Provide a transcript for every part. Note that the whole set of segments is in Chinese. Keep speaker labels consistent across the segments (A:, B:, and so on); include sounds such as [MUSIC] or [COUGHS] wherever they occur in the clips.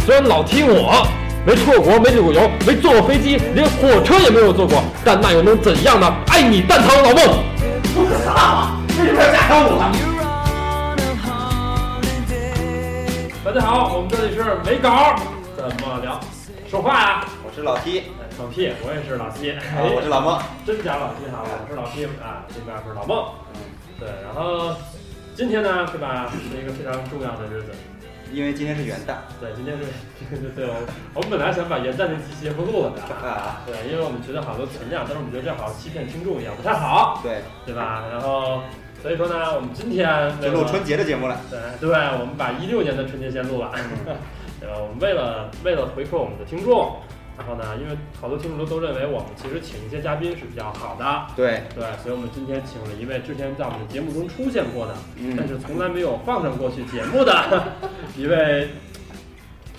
A: 虽然老提我没出过国，没旅过游，没坐过飞机，连火车也没有坐过，但那又能怎样呢？爱你蛋疼，老孟。
B: 我操！为什么要吓到我？
A: 大家好，我们这里是没稿怎么聊，说话呀、
B: 我是老 T，
A: 老 T，我也是老 T，
B: 啊，我是老孟。
A: 真假老 T 哈，我是老 T 啊，这边是老孟，对，然后今天呢，对吧，是一个非常重要的日子，
B: 因为今天是元旦
A: 对，今天是， [LAUGHS] 对对，我我们本来想把元旦那期节目录了的啊，
B: 啊，
A: 对，因为我们觉得好多存量，但是我们觉得这好像欺骗听众一样，不太好，
B: 对，
A: 对吧？然后所以说呢，我们今天为
B: 就
A: 了
B: 录春节的节目了。
A: 对对，我们把一六年的春节先录了，
B: 嗯
A: [LAUGHS] 对吧？我们为了为了回馈我们的听众，然后呢，因为好多听众都都认为我们其实请一些嘉宾是比较好的，
B: 对，
A: 对，所以我们今天请了一位之前在我们的节目中出现过的，但
B: 嗯，
A: 是从来没有放上过去节目的
B: [LAUGHS]
A: 一位，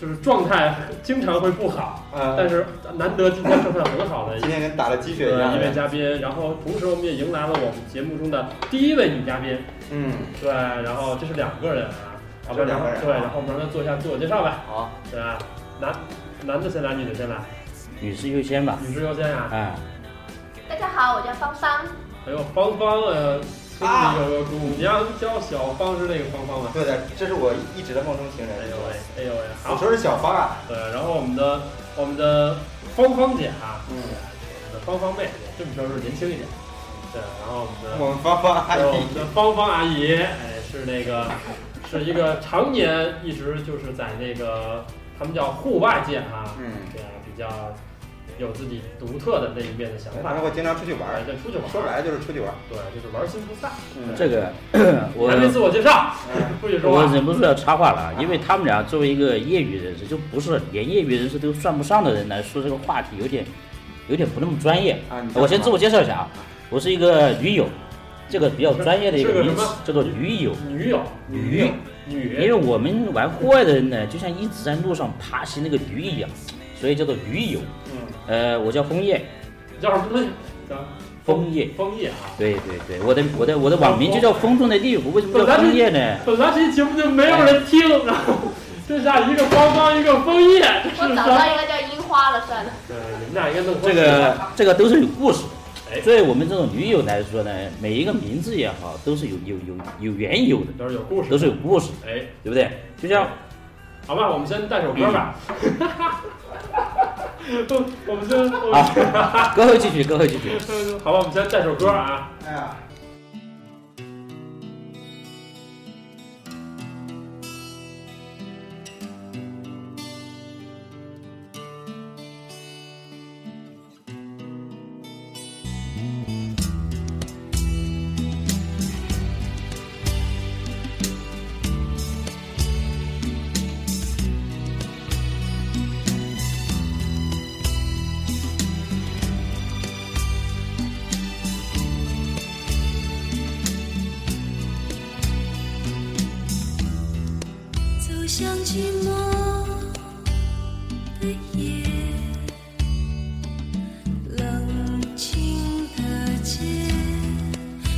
A: 就是状态经常会不好，但
B: 呃，
A: 是难得今天状态很好的一
B: 今天跟打了鸡血一
A: 呃
B: 样
A: 一位
B: 的。
A: 嘉宾，然后同时我们也迎来了我们节目中的第一位女嘉宾。
B: 嗯，
A: 对，然后这是两个人啊，
B: 这是两个人啊
A: 对，然后我们让他做一下自我介绍吧，
B: 好，
A: 对吧？男男的先来，女的先来，
C: 女士优先吧。
A: 女士优先啊。
C: 啊，
D: 大家好，我叫芳芳，
A: 还有芳芳，呃，
B: 啊
A: 有个姑娘叫小芳，是那个芳芳吗？
B: 对的，这是我一直的梦中情人。
A: 哎呦喂，哎呦喂，
B: 我
A: 好，
B: 说是小芳啊。
A: 对，然后我们的我们的芳芳姐啊，
B: 嗯，
A: 我们的芳芳妹，这么说是年轻一点，对，然后我们的
B: 我们芳芳阿
A: 还有我
B: 姨
A: 们。的芳芳阿姨，哎，是那个，是一个常年一直就是在那个他们叫户外界啊，
B: 嗯，
A: 对，比较有自己独特的那一面的想
B: 他
A: 法
B: 们，会经常出去玩
A: 哎，
B: 儿，
A: 就出去玩，
B: 说白，了就是出去玩儿。
A: 对，就是玩新不赛。
B: 嗯，
C: 这个
A: 你还没
C: 我
A: 自我介绍，
B: 嗯
A: 不许说
C: 我
A: 话。
C: 忍不住要插话了啊，因为他们俩作为一个业余人士，就不是连业余人士都算不上的人来说这个话题，有点有点不那么专业。
B: 啊，你叫
C: 我先
B: 什
C: 自
B: 么
C: 我介绍一下啊，我是一个驴友，这个比较专业的一
A: 是
C: 个
A: 个
C: 名
A: 什
C: 词
A: 么
C: 叫做驴友。
A: 女友，
C: 驴，因
A: 女
C: 为我们玩户外的人呢，就像一直在路上爬行那个驴一样，所以叫做驴友。
B: 嗯，
C: 呃，我叫枫叶，
A: 叫什么东西？叫
C: 枫叶。
A: 枫叶啊。
C: 对对对，我的我的我的网名就叫风中的绿湖，为什么叫枫叶呢？
A: 本来这期节目就没有人听，然 [LAUGHS] 后这下一个芳芳，一个枫叶，这
D: 我
A: 是
D: 找
A: 啥
D: 到？一个叫樱花了，算了。
A: 对，你们俩应该弄
C: 这个这个都是有故事
A: 哎
C: 的。对我们这种驴友来说呢，每一个名字也好，都是有有有有缘由的，
A: 都是有故事，
C: 都是有故事的，
A: 哎，
C: 对不对？就像
A: 好吧，我们先带首歌吧。嗯 [LAUGHS] 我们先，我们
C: 啊， [LAUGHS] 歌后继续，歌后继续。
A: 先，好吧，我们先带首歌啊。
B: 哎呀，
E: 走向寂寞的夜，冷清的街，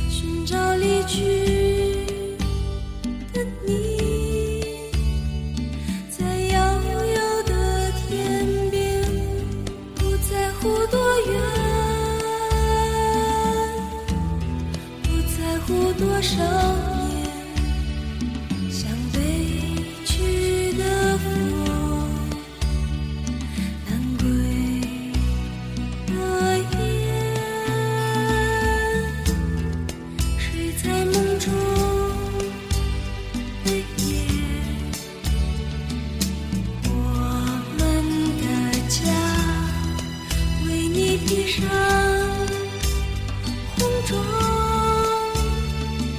E: 寻找离去的你，在遥遥的天边，不在乎多远，不在乎多少年。像北去的风，南归的雁，睡在梦中的夜，我们的家为你披上红妆。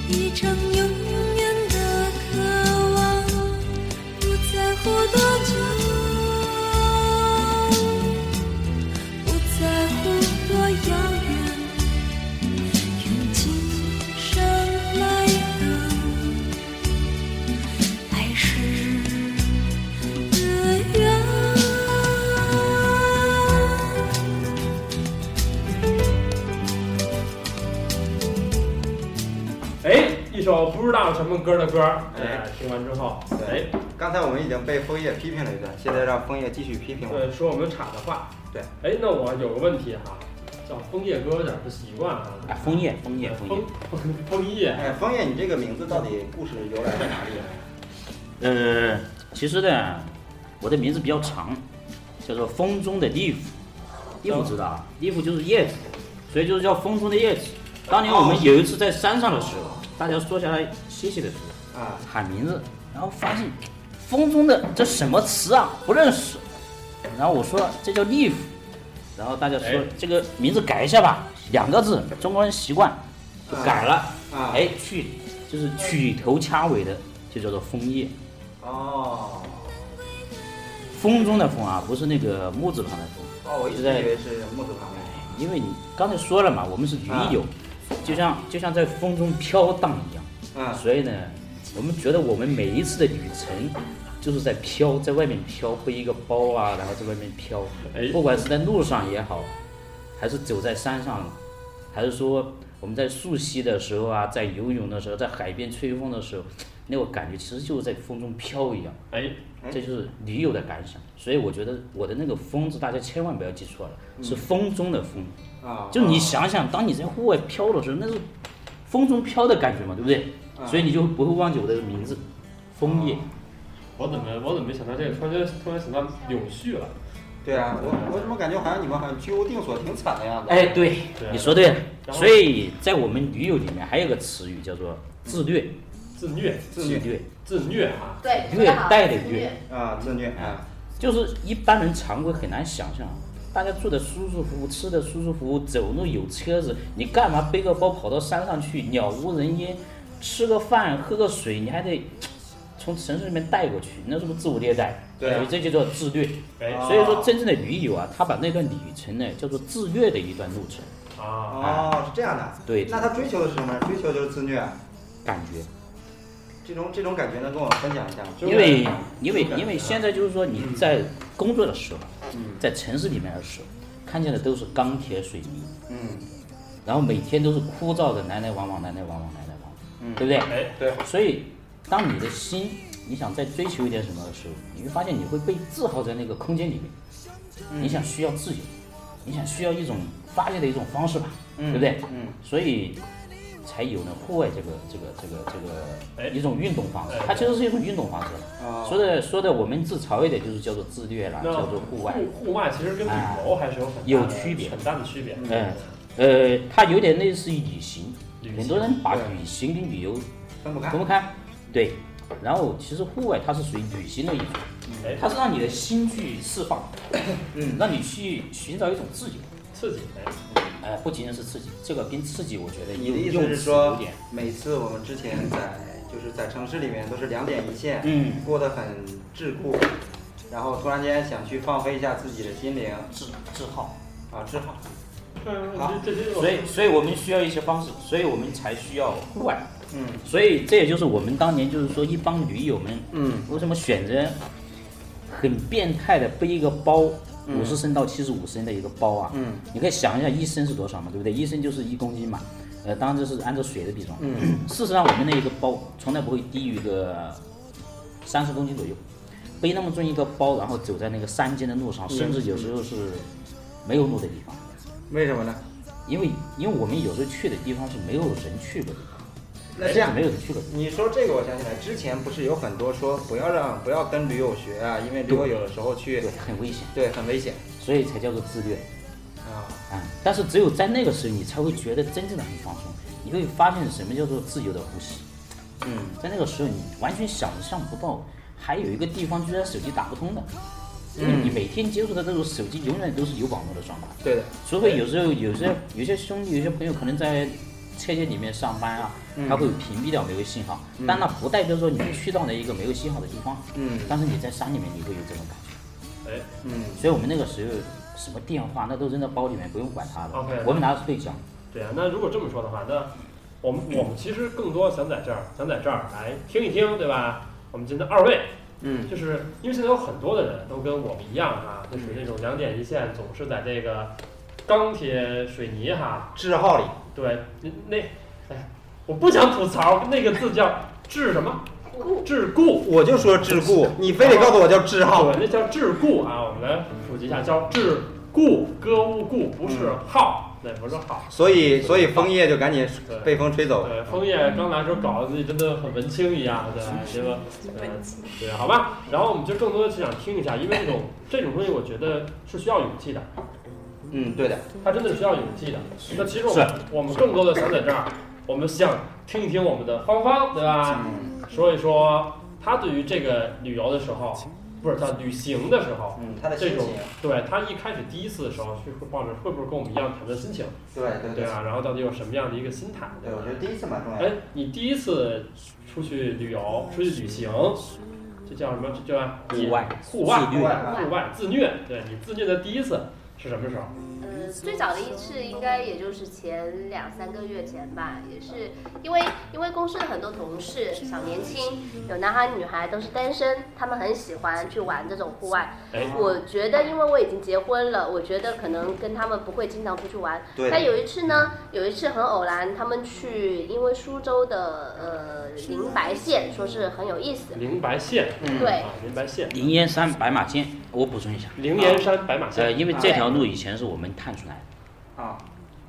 E: 一场永远的渴望，不在乎多久，不在乎多遥远，用今生来等，来世的缘。
A: 哎，一一首不知道什么歌的歌，哎
B: 哎，
A: 听完之后，哎
B: 对，刚才我们已经被枫叶批评了一顿，现在让枫叶继续批评我。
A: 对，呃说我们岔的话，
B: 对，
A: 哎，那我有个问题哈，叫枫叶哥有点不习惯啊，
C: 啊，枫叶，枫叶，枫叶
A: 枫。枫 [LAUGHS] 枫叶，
B: 哎，枫叶，你这个名字到底故事由来在哪里呢？
C: 呃，其实呢，我的名字比较长，叫做风中的地府。地府知道啊，地府就是叶子，所以就是叫风中的叶子。当年我
A: 哦
C: 们有一次在山上的时候，大家坐下来歇息的时候，
B: 啊，
C: 喊名字，然后发现风中的这什么词啊，不认识。然后我说这叫地府，然后大家说、
A: 哎
C: 这个名字改一下吧，两个字，中国人习惯，就改了。
B: 啊
C: 哎，去就是取头掐尾的，就叫做枫叶。
B: 哦，
C: 风中的风啊，不是那个木字旁的风，
B: 哦，我一直以为是木字旁的。
C: 因为你刚才说了嘛，我们是鱼友，就像就像在风中飘荡一样，
B: 嗯，
C: 所以呢，我们觉得我们每一次的旅程就是在飘，在外面飘，背一个包啊，然后在外面飘，
A: 哎
C: 不管是在路上也好，还是走在山上，还是说我们在溯溪的时候啊，在游泳的时候，在海边吹风的时候，那个感觉其实就是在风中飘一样。
A: 哎，
B: 哎
C: 这就是驴友的感想。所以我觉得我的那个“风”字，大家千万不要记错了，是风中的风。
B: 啊，
C: 就你想想，当你在户外飘的时候，那是风中飘的感觉嘛，对不对？
B: 啊
C: 所以你就不会忘记我的名字，枫叶。
A: 我怎么我怎么没想到这个，突然间突然想到永续了，
B: 对啊，我我怎么感觉好像你们好像居无定所，挺惨的样子。
C: 哎，，对，
A: 对
C: 你说对了。
A: 然后
C: 所以在我们驴友里面还有个词语叫做自虐，
A: 自虐，
B: 自虐
C: 虐
A: 自虐啊，
D: 对，
C: 虐待的虐哎
D: 虐，
B: 啊，自虐啊，
C: 就是一般人常规很难想象。大家住的舒舒服服，吃的舒舒服服，走路有车子，你干嘛背个包跑到山上去，鸟无人烟，吃个饭喝个水，你还得从城市里面带过去，那是不是自我虐待？
B: 对啊
C: 所以这就叫自虐。
A: 哎
B: 啊
C: 所以说，真正的驴友啊，他把那段旅程呢叫做自虐的一段路程，
A: 啊，
B: 哦，是这样的。
C: 哎对
B: 那他追求的是什么？追求就是自虐，啊
C: 感觉。
B: 这种这种感觉能跟我分享一下吗？
A: 就是
C: 因为因为
A: 这种感觉嗯
C: 因为现在就是说你在工作的时候，
B: 嗯
C: 在城市里面的时候，看见的都是钢铁水泥，
B: 嗯
C: 然后每天都是枯燥的来来往往，来来往往，来来往往，
B: 嗯
C: 对不对？
A: 哎，
B: 对，
C: 所以，当你的心你想再追求一点什么的时候，你会发现你会被自豪在那个空间里面，
A: 嗯
C: 你想需要自由，你想需要一种发泄的一种方式吧，对不对？
B: 嗯
C: 所以才有了户外这个这个这个这
A: 哎
C: 个一种运动方式
A: 哎，
C: 它其实是一种运动方式。
B: 哦
C: 嗯说的说的，我们自嘲一点就是叫做自虐啦，
A: 那
C: 叫做户外。
A: 户外其实跟旅游还是有很大的
C: 有区别
A: 很大的区别，
C: 嗯，呃，它有点类似于旅行，
A: 旅行
C: 很多人把
B: 对
C: 旅行跟旅游
B: 分不开
C: 分不开，对。然后其实户外它是属于旅行的一种，
A: 哎，
C: 它是让你的心去释放，
B: 嗯，
C: 让你去寻找一种自由。
A: 刺激，哎，
C: 哎，不仅仅是刺激，这个跟刺激我觉得
B: 你的意思
C: 用用
B: 是
C: 词有
B: 说
C: 点，，
B: 每次我们之前在就是在城市里面都是两点一线，
C: 嗯，
B: 过得很桎梏，然后突然间想去放飞一下自己的心灵
C: 自自耗。
B: 啊，之后
A: 嗯，这这这，
C: 所以，所以我们需要一些方式，所以我们才需要户外。
B: 嗯
C: 所以这也就是我们当年就是说一帮驴友们
B: 嗯
C: 为什么选择很变态的背一个包，五十升到七十五升的一个包啊？
B: 嗯，
C: 你可以想一下一升是多少嘛，对不对？一升就是一公斤嘛。呃，当然这是按照水的比重。 [COUGHS]
B: 嗯，
C: 事实上我们那一个包从来不会低于个三十公斤左右。背那么重一个包，然后走在那个山间的路
B: 嗯
C: 上，甚至有时候是没有路的地方，
B: 为什么呢？
C: 因为因为我们有时候去的地方是没有人去过的，
B: 那这样
C: 没有人去过的。
B: 你说这个，我想起来，之前不是有很多说不要让不要跟驴友学啊，因为驴友有的时候去
C: 对，很危险，
B: 对很危险
C: 所以才叫做自虐。
B: 啊。
C: 啊、但是只有在那个时候，你才会觉得真正的很放松，你会发现什么叫做自由的呼吸。
B: 嗯，
C: 在那个时候，你完全想象不到，还有一个地方居然手机打不通的，因为你每天接触的这种手机永远都是有网络的状态，
B: 对的，
C: 除非有时候有些有些兄弟、有些朋友可能在车间里面上班啊，
B: 嗯
C: 他会屏蔽掉没有信号，但那不代表说你去到了一个没有信号的地方，
B: 嗯
C: 但是你在山里面你会有这种感觉。
A: 哎，
B: 嗯，
C: 所以我们那个时候什么电话那都扔到包里面，不用管它了。
A: OK
C: 我们拿着对讲，
A: 对啊，那如果这么说的话，那我们我们其实更多想在这儿，想在这儿来听一听，对吧？我们今天二位，
B: 嗯，
A: 就是因为现在有很多的人都跟我们一样哈、就属于那种两点一线，总是在这个钢铁水泥哈、
B: 嗜好里
A: 对，那那，哎，我不想吐槽那个字叫桎什么
D: 故
A: 桎梏，
B: 我就说桎梏，你非得告诉我叫桎号
A: 对，，那叫桎梏啊。我们来普及一下，叫桎梏歌舞故，不是号，那不是号。
B: 所以所以枫叶就赶紧
A: 对
B: 被风吹走。
A: 对，枫叶刚来的时候搞得自己真的很文青一样，
B: [LAUGHS]
A: 对吧？结果，呃，对，好吧。然后我们就更多的是想听一下，因为这种这种东西，我觉得是需要勇气的，
B: 嗯，对的，
A: 它真的是需要勇气的。那其实我们我们更多的想在这儿，我们想听一听我们的芳芳，对吧？
B: 嗯
A: 说一说他对于这个旅游的时候，不是他旅行的时候，
B: 嗯，他的
A: 这
B: 心
A: 种
B: 情，
A: 对他一开始第一次的时候，是会抱着会不会跟我们一样谈的心情，
B: 对对
A: 对啊，然后到底有什么样的一个心态，
B: 对，
A: 吧
B: 我觉得第一次蛮重要的。
A: 哎，你第一次出去旅游、出去旅行，这叫什么？这叫
C: 户外
A: 户外、
C: 自
A: 户
C: 律
A: 外、
B: 哎
A: 户外自虐。对你自虐的第一次是什么时候？
D: 呃，最早的一次应该也就是前两三个月前吧，也是因为因为公司的很多同事小年轻，有男孩女孩都是单身，他们很喜欢去玩这种户外。
A: 哎，
D: 我觉得，因为我已经结婚了，我觉得可能跟他们不会经常出去玩。
B: 对嗯
D: 但有一次呢，有一次很偶然，他们去因为苏州的呃灵白县，说是很有意思。
A: 灵白县，
B: 嗯
D: 对
A: 啊，灵白县，
C: 灵岩山白马涧，我补充一下，
A: 灵岩山白马
C: 呃，
A: 县
C: 因为这条路以前是我们探出来的。
B: 啊，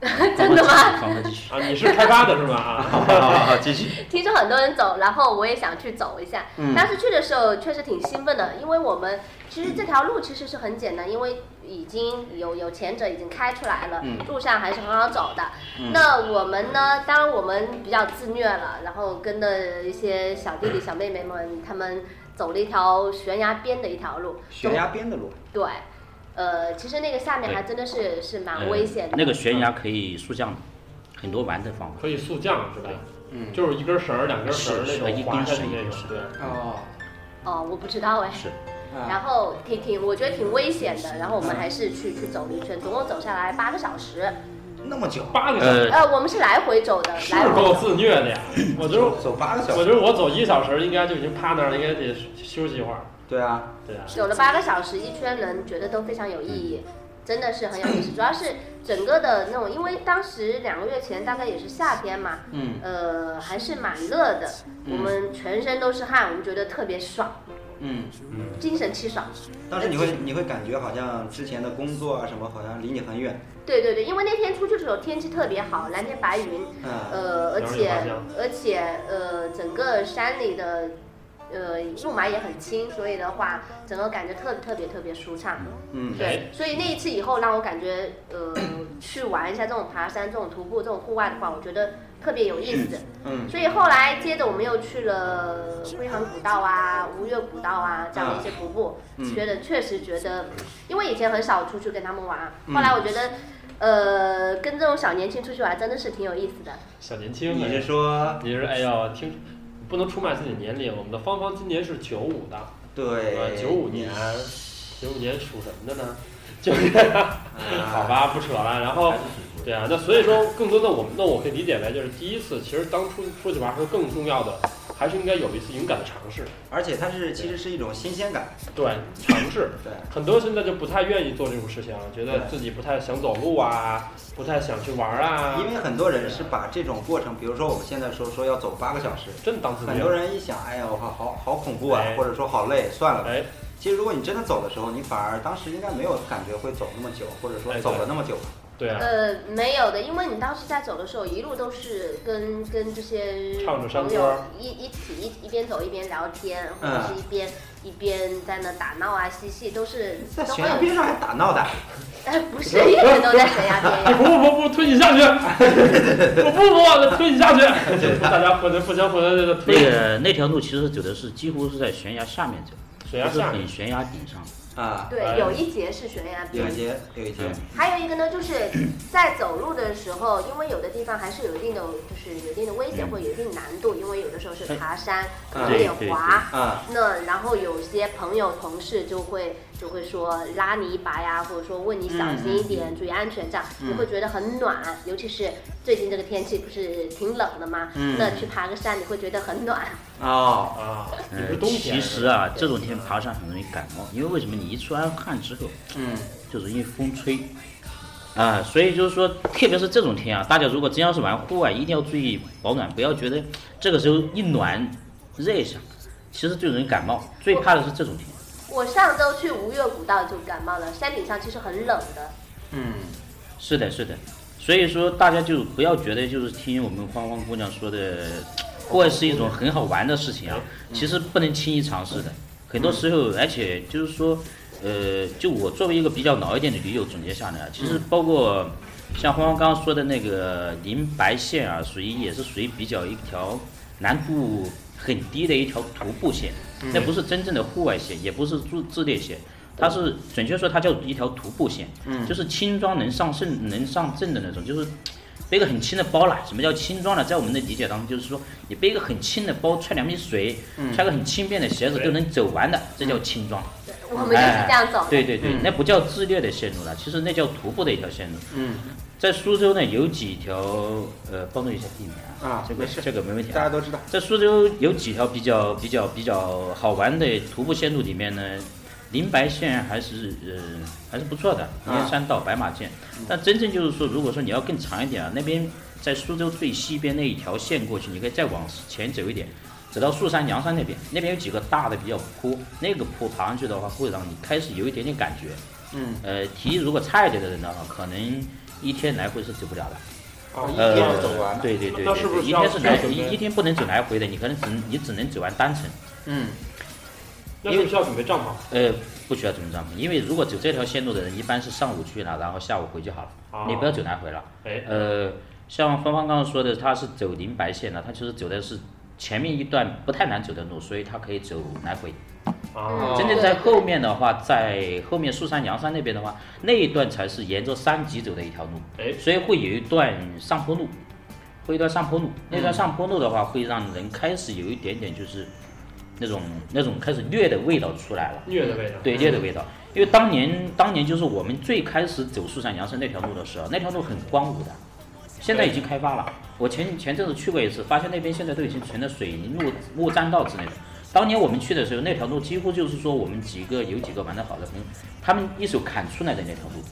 A: [LAUGHS]
D: 真的吗
C: 方哥继续？
A: 啊，你是开发的是吗？啊，
B: 好好好，继续。
D: 听说很多人走，然后我也想去走一下。
B: 嗯
D: 当时去的时候确实挺兴奋的，因为我们其实这条路其实是很简单，因为已经有有前者已经开出来了，
B: 嗯
D: 路上还是很好走的。
B: 嗯
D: 那我们呢？当然我们比较自虐了，然后跟着一些小弟弟小妹妹们，他们走了一条悬崖边的一条路。
B: 悬崖边的路，
D: 对，呃，其实那个下面还真的是是蛮危险
A: 啊
D: 的。
C: 呃那个悬崖可以速降的，很多玩的方法。
A: 可以速降是吧？
B: 嗯，
A: 就是一根绳儿、两根绳儿
C: 是
A: 那
C: 是一
A: 种
C: 根
A: 滑下去
C: 绳
A: 那
C: 一根
A: 种
C: 绳，
A: 对。
B: 哦，
D: 哦，我不知道哎。
C: 是，
B: 啊，
D: 然后挺挺，我觉得挺危险的。然后我们还是去去走了一圈，总共走下来八个小时。
B: 那么久，
A: 八个小时
C: 呃，
D: 呃，我们是来回走的，
A: 是
D: 来回
A: 够
D: 走。
A: 自虐的呀！我觉得，
B: 走八个小
A: 我
B: 时，
A: 觉得我走一小时应该就已经趴那儿了，应该得休息一会儿。
B: 对啊，
A: 对啊，
D: 走了八个小时，一圈人觉得都非常有意义，真的是很有意思。主要是整个的那种，因为当时两个月前大概也是夏天嘛，
B: 嗯
D: 呃，还是蛮热的，我们全身都是汗，我们觉得特别爽，
B: 嗯，
A: 嗯，
D: 精神气爽。
B: 当时你会你会感觉好像之前的工作啊什么好像离你很远，
D: 对对对，因为那天出去的时候天气特别好，蓝天白云，
B: 嗯，
D: 呃，而
A: 鸟儿
D: 且
A: 也花香
D: 而且呃，整个山里的呃雾霾也很轻，所以的话，整个感觉特特别特别舒畅。
B: 嗯
D: 对，所以那一次以后让我感觉呃，去玩一下这种爬山、这种徒步、这种户外的话，我觉得特别有意思。
B: 嗯，
D: 所以后来接着我们又去了归航古道啊、吴越古道啊这样的一些徒步，
B: 嗯
D: 觉得确实觉得，因为以前很少出去跟他们玩，
B: 嗯
D: 后来我觉得。呃，跟这种小年轻出去玩真的是挺有意思的。
A: 小年轻
B: 你
A: 哎
B: 是说
A: 你是哎呦，听，不能出卖自己的年龄。我们的芳芳今年是九五的，呃，
B: 对
A: 九五年，九五年属什么的呢？就是， [LAUGHS] 好
B: 好
A: 吧，
B: 吧，
A: 不扯了。然后，对啊，那所以说，更多的我们，那我可以理解为，就是第一次，其实当初出去玩儿时候，更重要的还是应该有一次勇敢的尝试。
B: 而且它是其实是一种新鲜感，
A: 对，尝试。
B: 对，
A: 很多人现在就不太愿意做这种事情，觉得
B: 嗯
A: 自己不太想走路啊，不太想去玩儿啊
B: 因，为很多人是把这种过程，比如说我们现在说说要走八个小时，
A: 真当自
B: 很
A: 虐
B: 多。人一想，哎呀，我靠，好好恐怖啊
A: 哎，
B: 或者说好累，算了吧。
A: 哎，
B: 其实如果你真的走的时候，你反而当时应该没有感觉会走那么久，或者说
A: 哎
B: 走
A: 对
B: 了那么久吧。
A: 对啊，
D: 呃，没有的，因为你当时在走的时候，一路都是跟跟这些
A: 唱着山
D: 朋
A: 歌
D: 友一一起一一边走一边聊天，或者是一边、一边在那打闹啊嬉戏，都是
B: 在
D: 都
B: 悬
D: 会
B: 崖
D: 有。
B: 边上还打闹的，
D: [LAUGHS] 哎，不是啊一直都在悬崖边
A: 哎，
D: 呀。
A: 不不不，推你下去！ [LAUGHS] 我不不，推你下去！
C: [LAUGHS]
A: 就大家混的互相混的这个
C: 那
A: 推，
C: 个那条路其实走的是几乎是在悬崖下面走，
A: 水压
C: 不是
A: 下面
C: 很悬崖顶上。
B: 啊，
A: 哎
D: 对，有一节是悬崖
B: 有
D: 边
B: 一。节有一节，
D: 还有一个呢，就是在走路的时候，因为有的地方还是有一定的，就是有一定的危险
C: 嗯
D: 或有一定难度，因为有的时候是爬山，可能
B: 对
D: 有点
C: 对
D: 滑。
B: 啊，
D: 那然后有些朋友同事就会就会说拉你一把呀，或者说问你小心一点，注意安全这样，
B: 嗯
D: 你会觉得很暖。尤其是最近这个天气不是挺冷的吗？
B: 嗯
D: 那去爬个山你会觉得很暖。 [LAUGHS]
B: 哦，
A: 啊，你
C: 呃
A: 是，冬天。
C: 其实啊，这种天爬山很容易感冒，因为为什么？你一出完汗之后，
B: 嗯，
C: 就容易风吹，啊、所以就是说，特别是这种天啊，大家如果真要是玩户外，一定要注意保暖，不要觉得这个时候一暖热一下，其实最容易感冒，最怕的是这种天。
D: 我上周去吴越古道就感冒了，山顶上其实很冷的。
B: 嗯，
C: 是的，是的，所以说大家就不要觉得就是听我们欢欢姑娘说的，户外是一种很好玩的事情啊，其实不能轻易尝试的。很多时候，而且就是说，呃，就我作为一个比较老一点的驴友总结下来啊，其实包括像欢欢刚刚说的那个林白线啊，属于也是属于比较一条难度很低的一条徒步线，那不是真正的户外线，也不是自自列线。它是准确说，它叫一条徒步线，
B: 嗯
C: 就是轻装能上阵、能上阵的那种，就是背个很轻的包啦。什么叫轻装呢？在我们的理解当中，就是说你背一个很轻的包，揣两瓶水，
B: 嗯
C: 穿个很轻便的鞋子
A: 对
C: 就能走完的，这叫轻装。
D: 对我们就是这样走的。
C: 哦哎对对
B: 嗯
C: 对，那不叫自虐的线路了，其实那叫徒步的一条线路。嗯，在苏州呢有几条，呃，帮助一下地名
B: 啊
C: 这个
B: 没事
C: 这个没问题
B: 大家
C: 啊。
B: 都知道。
C: 在苏州有几条比较比较比较好玩的徒步线路里面呢，林白线还是呃还是不错的，
B: 啊
C: 连山到白马线。但真正就是说，如果说你要更长一点啊，那边在苏州最西边那一条线过去，你可以再往前走一点，走到宿山阳山那边，那边有几个大的比较坡，那个坡爬上去的话，会让你开始有一点点感觉。
B: 嗯，
C: 呃，体力如果差一点的人的话，可能一天来回是走不了的。
B: 哦，一
C: 呃，
B: 天就
A: 啊
B: 走完了。
C: 对对对
A: 那
C: 对
A: 是不是
C: 对，一
A: 需要
C: 天是来
A: 准备
C: 一一天不能走来回的，你可能只能你只能走完单程。
B: 嗯，
A: 那是不是需要准备帐篷？
C: 呃，不需要准备帐篷，因为如果走这条线路的人，一般是上午去了，然后下午回就好了，
A: 哦
C: 你不要走来回了。
A: 哎，
C: 呃，像芳芳刚刚说的，他是走林白线的，他其实走的是前面一段不太难走的路，所以他可以走来回。
A: 啊，
C: 真正
D: 对
C: 在后面的话，在后面宿山阳山那边的话，那一段才是沿着山脊走的一条路。
A: 哎，
C: 所以会有一段上坡路，会有一段上坡路。那段上坡路的话，会让人开始有一点点就是那种那种开始虐的味道出来了，
A: 虐的味道。
C: 对虐的味道。因为当年当年就是我们最开始走宿山阳山那条路的时候，那条路很荒芜的，现在已经开发了。我前前阵子去过一次，发现那边现在都已经成了水泥路路栈道之类的。当年我们去的时候，那条路几乎就是说我们几个有几个玩得好的朋友，他们一手砍出来的那条路。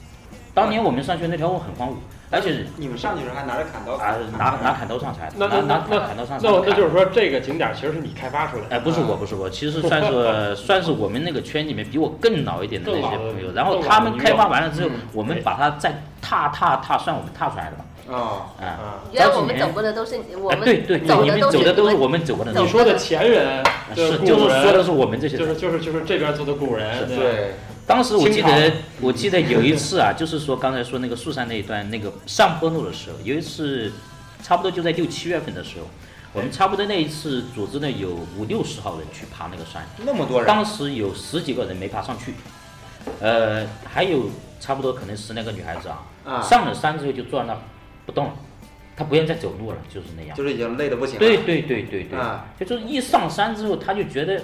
C: 当年我们上学那条路很荒芜，而且
B: 你们上去的时候还拿着砍刀
C: 啊，拿拿砍刀上柴，
A: 那
C: 拿
A: 那
C: 拿
A: 那
C: 拿砍刀
A: 那
C: 上柴，
A: 那那就是说，这个景点其实是你开发出来的。
C: 哎，不是我，不是我，其实算是 [LAUGHS] 算是我们那个圈里面比我更老一点的那些朋友，然后他们开发完了之后，我们把它再踏踏踏，算我们踏出来的吧，
B: 哦，
C: 啊，
A: 啊，
D: 原来我们走过的都是你，我
C: 哎
D: 们
C: 对对对，
D: 走
C: 你
D: 的
C: 们
D: 都
C: 走
D: 是
C: 的都是
D: 你们
C: 我们走过的路
A: 你，说的前人，
C: 是
A: 古
C: 嗯就是
A: 人
C: 说的是我们这些
A: 就
C: 人
A: 是。就是就是这边做的古人，吧，
B: 对，
C: 当时我记
A: 清
C: 得，我记得有一次啊，就是说刚才说那个宿山那一段那个上坡路的时候，有一次，差不多就在六七月份的时候，我们差不多那一次组织呢有五六十号人去爬那个山，
B: 那么多人，
C: 当时有十几个人没爬上去，呃，还有差不多可能十来个女孩子啊，
B: 啊
C: 上了山之后就坐在那儿不动了，她不愿意再走路了，就是那样。
B: 就是已经累得不行了。
C: 对对对对对，
B: 啊
C: 就是一上山之后，她就觉得，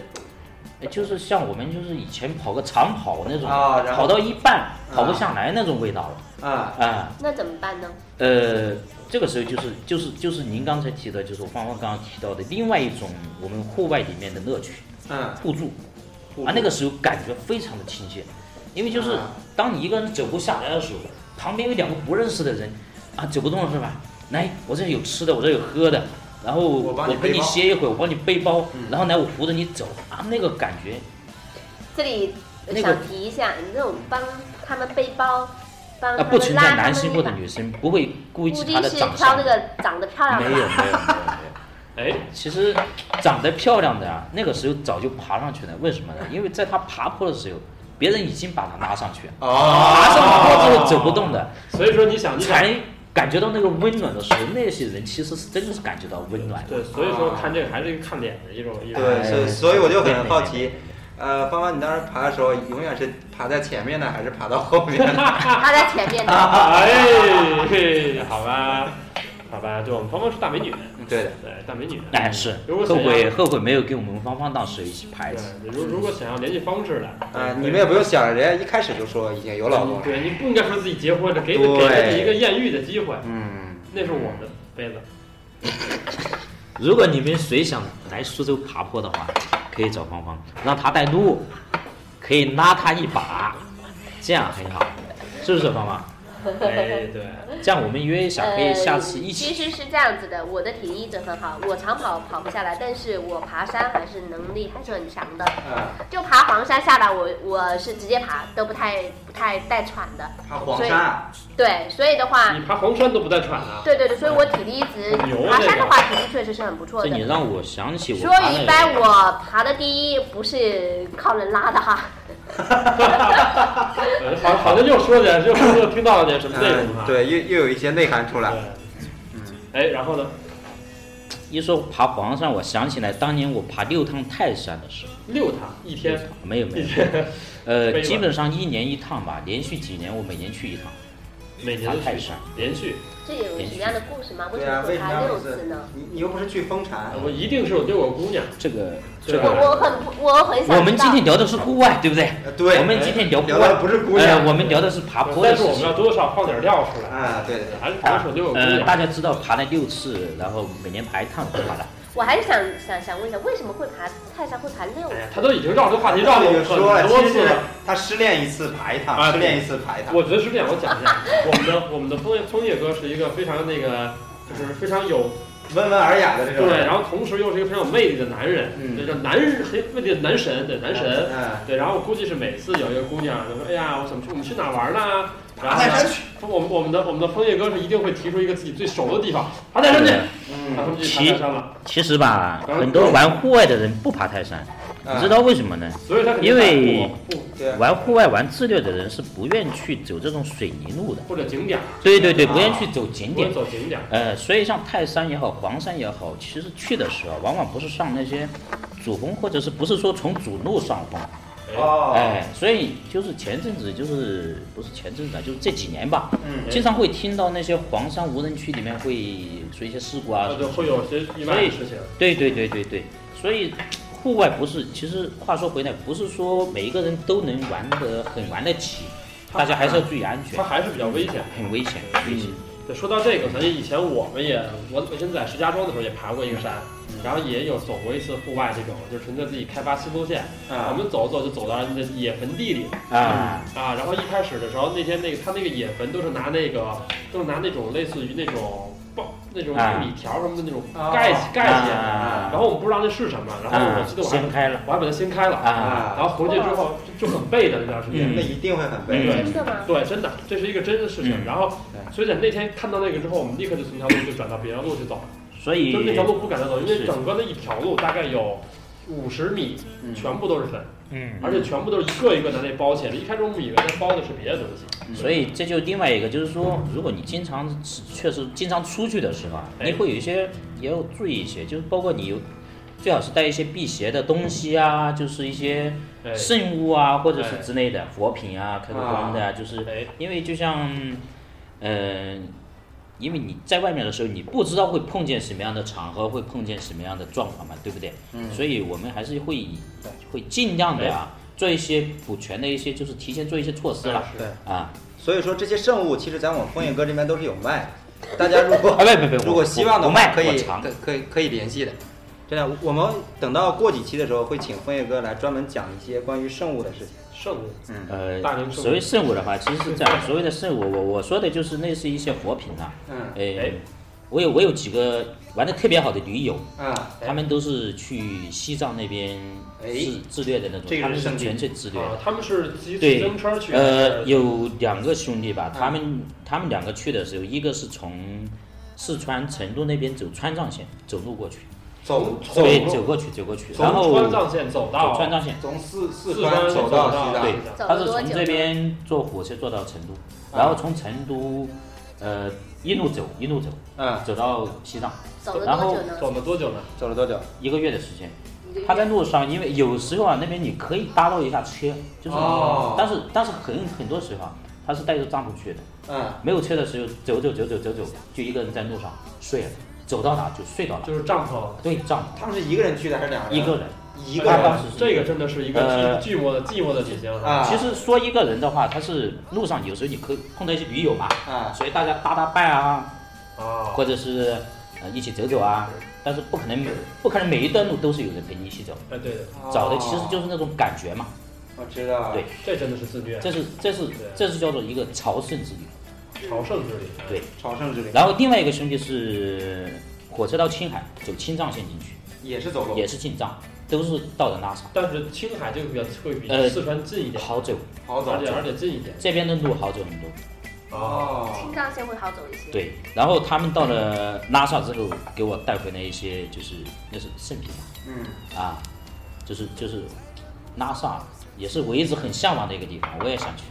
C: 呃就是像我们就是以前跑个长跑那种，
B: 啊然后
C: 跑到一半跑不
B: 啊
C: 下来那种味道了
B: 啊，
C: 啊、
D: 那怎么办呢？
C: 呃，这个时候就是就是就是您刚才提的，就是芳芳刚刚提到的另外一种我们户外里面的乐趣，
B: 嗯，
C: 互助。
B: 互助
C: 啊，那个时候感觉非常的亲切，因为就是
B: 啊
C: 当你一个人走不下来的时候，旁边有两个不认识的人，啊，走不动了是吧？来，我这有吃的，我这有喝的，然后
B: 我帮你
C: 我陪
B: 背
C: 你
B: 包嗯
C: 歇一会儿，我帮你背包，然后来我扶着你走啊，那个感觉
D: 这里
C: 那个
D: 想提一下，你那种帮他们背包，帮
C: 啊，
D: 他
C: 不
D: 们
C: 存
D: 拉
C: 在
D: 他
C: 男
D: 们
C: 生
D: 那
C: 或者
D: 把
C: 女生不会顾及
D: 估
C: 她
D: 计
C: 的
D: 是
C: 长
D: 挑
C: 相，
D: 那
C: 没
D: 个长得漂
C: 有
D: 亮
C: 没
D: 的
C: 有没有
D: 吧。
C: 没有。
A: 哎，
C: [LAUGHS] 其实长得漂亮的啊，那个时候早就爬上去了，为什么呢？因为在她爬坡的时候，别人已经把她拉上去了，
B: 哦，
C: 爬上坡之后走不动的。
A: 所以说你想，你想，
C: 才感觉到那个温暖的时候，那些人其实是真的是感觉到温暖的。
A: 对，所以
C: 哦
A: 说看这个还是一个看脸的一种一种。
B: 对，
A: [LAUGHS]
C: 哎
B: 所以所以我就很好
C: 对对
B: 奇，呃，芳芳，你当时爬的时候，永远是爬在前面呢，还是爬到后面 [LAUGHS] 呢？
D: 他在前
C: [LAUGHS]
D: 面
C: 啊
D: 的，
A: 哎，嘿好吧，好吧，对我们芳芳是大美女，
B: 对的，
A: 对，大美女。
C: 但哎是
A: 如果
C: 后
A: 想要
C: 悔后悔没有跟我们芳芳当时一起拍
A: 对
C: 的。，
A: 如如果想要联系方式的，
B: 啊，
A: 对
B: 你们也不用想，人家一开始就说已经有老公了。
A: 对你不应该说自己结婚了，给给
B: 对
A: 了你一个艳遇的机会，
B: 嗯，
A: 那是我的杯子。
C: 如果你们谁想来苏州爬坡的话，可以找芳芳，让她带路，可以拉她一把，这样很好，是不是芳芳？
A: 哎，对，
C: 这样我们约一下，可以下次一
D: 呃。其
C: 起。
D: 实是这样子的，我的体力一直很好，我长跑跑不下来，但是我爬山还是能力还是很强的。
B: 啊，
D: 就爬黄山下来，我我是直接爬，都不太不太带喘的。
B: 爬黄山啊，
D: 对，所以的话
A: 你，爬黄山都不带喘啊的、
D: 对对对，所以我体力一直
A: 很牛
D: 爬
A: 这
D: 山的
A: 个
D: 话，体力确实是很不错
C: 这
D: 的
C: 你。让我想起我
D: 所
C: 爬
D: 以一
C: 那
D: 般
C: 个，
D: 我爬的第一不是靠人拉的哈，
A: 呃好，好像又说点，又又听到了点什么内容哈。
B: 嗯，对，又又有一些内涵出
A: 对
B: 来。
A: 哎，然后呢？
C: 一说爬黄山，我想起来当年我爬六趟泰山的时候。
A: 六趟一
C: 六
A: 天
C: 趟，没有没
A: 一
C: 有，
A: 天，
C: 呃，
A: 飞吧
C: 基本上一年一趟吧，连续几年我每年去一趟
A: 每年
C: 爬
A: 都
C: 泰
A: 去，
C: 山。
A: 连续。
D: 这有什么样的故事吗？为
B: 对
D: 什
B: 啊，
D: 么
B: 为
D: 只
B: 什么
D: 爬
B: 要
D: 六
B: 每
D: 次
B: 次
D: 呢？？
B: 你你又不是去风禅，
A: 我一定是有遛过姑娘，
C: 这个
A: 对
C: 这
D: 我
A: 吧
C: 个，
D: 我很不我很想
C: 啊我们
D: 知道
C: 今天聊的是户外，对不对？
B: 呃对，
C: 我们今天聊户
B: 聊的
C: 外，
B: 不是姑娘
C: 呃，我们聊的是爬坡的
A: 但是
C: 事
A: 我们
C: 情
A: 要。多啊少放点料出来。
B: 啊，对对对，
A: 还是还是有遛过姑
C: 呃，大
A: 娘。
C: 家知道爬了六次，然后每年爬一趟就好了。
D: 我还是想想想问一下，为什么会爬泰山会爬六
A: 哎呀
D: 次？，
A: 他都已经绕这话题绕了
B: 也
A: 很
B: 说了，啊
A: 多
B: 其
A: 次
B: 实
A: 了。
B: 他失恋一次爬一
A: 啊
B: 趟，失恋一次爬一趟。
A: 我觉得是这样，我讲一下，我们的我们的枫叶枫叶哥是一个非常那个，就是非常有
B: 温文尔雅的这种
A: 对，
B: 人。
A: 然后同时又是一个非常有魅力的男人，
B: 嗯
A: 对，叫男人很魅力的男神，对，男神。
B: 嗯，
A: 对，然后我估计是每次有一个姑娘就说：“哎呀，我怎么去？我们去哪儿玩呢？”然
B: 爬
A: 后
B: 泰
A: 呢，
B: 山嗯去。
A: 我们我们的我们的枫叶哥是一定会提出一个自己最熟的地方，爬泰山去，啊，他
B: 嗯，
A: 们就去爬泰山了。
C: 呃其实吧，
A: 嗯
C: 很多玩户外的人不爬泰山，你知道为什么呢？
A: 所以他肯定
C: 因为
A: 不不
B: 嗯啊对，
C: 玩户外、玩自虐的人是不愿去走这种水泥路的。
A: 或者景点儿，
C: 对对对，不愿
B: 啊
C: 去走景
A: 不
C: 点
A: 会。走景点儿。
C: 呃，所以像泰山也好，黄山也好，其实去的时候往往不是上那些主峰，或者是不是说从主路上峰，
A: 哎
B: 哦，
C: 哎，所以就是前阵子就是不是前阵子啊，就是这几年吧，
A: 哎
B: 嗯，
C: 经常会听到那些黄山无人区里面会出一些事故啊
A: 那
C: 什
A: 就
C: 么。
A: 会有些意外的事情。
C: 对对对对对，所以户外不是，其实话说回来，不是说每一个人都能玩得很玩得起，大家还是要注意安全
A: 它，还是比较危险。
C: 很危险，很危险。
A: 对，说到这个，咱以前我们也，我我先在石家庄的时候也爬过一个山，然后也有走过一次户外这种，就纯粹自己开发新路线。我
B: 啊，
A: 们走着走就走到人家野坟地里
C: 啊，
A: 啊，然后一开始的时候，那天那个他那个野坟都是拿那个都是拿那种类似于那种报那种
C: 啊
A: 玉米条什么的那种
B: 啊
A: 盖起盖起来的，
C: 啊
A: 然后我们不知道那是什么，然后我
C: 啊
A: 记得，我还
C: 掀开了
A: 我还把它掀开了，
C: 啊，
A: 然后回去之后就就很背的那段时间。
B: 那一定会很
A: 对
B: 悲。
D: 真的吗？
A: 对，真的，这是一个真的事情。
C: 嗯
A: 然后，
B: 对
A: 所以在那天看到那个之后，我们立刻就从那条路就转到别的路去走，
C: 所以
A: 就那条路不敢再走，因为
C: 嗯是
A: 整个那一条路大概有五十米，
B: 嗯
A: 全部都是坟，
C: 嗯
A: 而且全部都是一个一个拿那包起来。一开始我们以为它包的是别的东西，
C: 嗯所以这就另外一个，就是说，如果你经常确实经常出去的时候啊，
A: 哎
C: 你会有一些也要注意一些，就是包括你有最好是带一些辟邪的东西啊，就是一些
A: 哎，
C: 圣物啊，或者
A: 哎
C: 是之类的佛品啊、开个光的啊，就是
A: 哎，
C: 因为就像，嗯、因为你在外面的时候，你不知道会碰见什么样的场合，会碰见什么样的状况嘛，对不对？
B: 嗯
C: 所以我们还是会以会尽量的啊，做一些补全的一些，就是提前做一些措施了
B: 对，
C: 啊。
B: 所以说这些圣物其实在我们枫叶哥这边都是有卖的，大家如果
C: 啊，不不不，
B: 如果希望的
C: 我
B: 话，
C: 卖
B: 可以
C: 尝
B: 可。可以可以联系的。真的，我们等到过几期的时候，会请枫叶哥来专门讲一些关于圣物的事情。
A: 圣啊物，
B: 嗯
C: 呃
A: 大龄，
C: 所谓圣物的话，其实是这样，所谓的圣物，我我说的就是类似一些活品啊。
B: 嗯
A: 哎
C: 呃，我有我有几个玩的特别好的驴友，
B: 啊，
A: 哎
C: 他们都是去西藏那边
B: 哎
C: 自自虐的那
B: 这
C: 种，
B: 个
C: 他们
B: 是
C: 是
B: 圣地
C: 纯粹自虐
A: 啊
C: 的。，
A: 他们是骑自
C: 对
A: 行车去，
C: 呃，
A: 还是
C: 有两个兄弟吧，
B: 嗯
C: 他们他们两个去的时候，一个是从四川成都那边走川藏线走路过去，
B: 走
A: 从
C: 对，走过去走过去，
A: 从
C: 然后
A: 川藏线走
C: 走
A: 到
C: 川藏线，
B: 从四四
A: 四
B: 川
A: 走
B: 走到西
A: 到
B: 藏
C: 对，
D: 走
C: 他
D: 了
C: 是
D: 多
C: 从
D: 久
C: 这
D: 呢？
C: 边坐火车坐到成
A: 嗯
C: 都，然后从成都，呃，一路走一路走，
B: 嗯，
C: 走到西藏，
D: 走了
C: 然
D: 多
C: 后
D: 久呢？
A: 走了多久呢？
B: 走了多久？
C: 一个月的时间。
D: 一个月
C: 他在路上，因为有时候啊，那边你可以搭到一下车，就是，
B: 哦
C: 但是但是很很多时候啊，他是带着帐篷去的，
B: 嗯，
C: 没有车的时候走走走走走走，就一个人在路上睡了，走到哪就睡到哪，
A: 就是帐篷，
C: 对帐
B: 他们是一个人去的还是两
C: 篷，
B: 人？
C: 一个人。
B: 一个
C: 他
B: 人
C: 当时是
A: 哎这个真的是一个
C: 呃
A: 寂寂寞的寂寞的旅行哈。
B: 啊，
C: 其实说一个人的话，他是路上有时候你可以碰到一些驴友嘛，
B: 啊，
C: 所以大家搭搭伴啊，
A: 啊，
C: 或者是呃一起走走啊，但是不可能不可能每一段路都是有人陪你一起走，
A: 哎，对的，
C: 找的其实就是那种感觉嘛。
B: 哦我知道了，
C: 对
A: 这真的是自虐。
C: 这是这是这是叫做一个朝圣之旅，
A: 朝圣之旅，
C: 对，
B: 朝圣之旅，
C: 然后另外一个兄弟是火车到青海，走青藏线进去，
B: 也是走
C: 也
B: 路，
C: 是进藏，都是到的拉萨，
A: 但是青海这个比较会比
C: 呃
A: 四川近一点，
C: 好走，
B: 好走
A: 而且而且近一点。啊
C: 这边的路好走很多。
B: 哦
D: 青，藏线会好走一些。，
C: 对，然后他们到了拉萨之后，给我带回来一些就是那是圣品
B: 嗯，
C: 吧，啊，就是就是拉萨也是我一直很向往的一个地方，我也想去，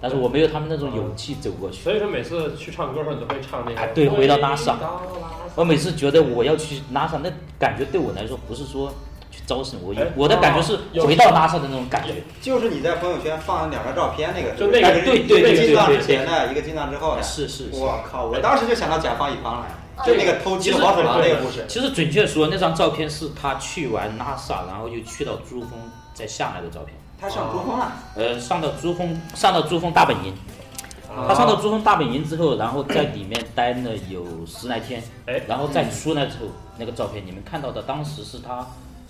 C: 但是我没有他们那种勇气走过去。
A: 所以说每次去唱歌的时候，你都会唱那
C: 哎
A: 个。
C: 对回到拉萨
A: 到拉萨
C: 我每次觉得我要去拉萨，那感觉对我来说不是说去招生，我有
A: 哎
C: 我的感觉是
A: 有
C: 回到拉萨的那种感觉。
B: 就是你在朋友圈放两张照片那个，
A: 就那个
B: 但是
C: 对对
B: 一个
C: 对
B: 进藏
C: 对
B: 之前的，一个进藏之后的，
C: 是是是。哎
B: 我靠，我当时就想到甲方乙方了，就那
D: 对
B: 个偷鸡的黄鼠狼那个故事，
C: 其实啊准确说，那张照片是他去完拉萨，然后又去到珠峰再下来的照片。
B: 他上珠峰了，
C: 呃，上到珠峰，上到珠峰大本营，
A: 啊
C: 他上到珠峰大本营之后，然后在里面待了有十来天，
A: 哎
C: 然后再出来之后，那个照片你们看到的，当时是他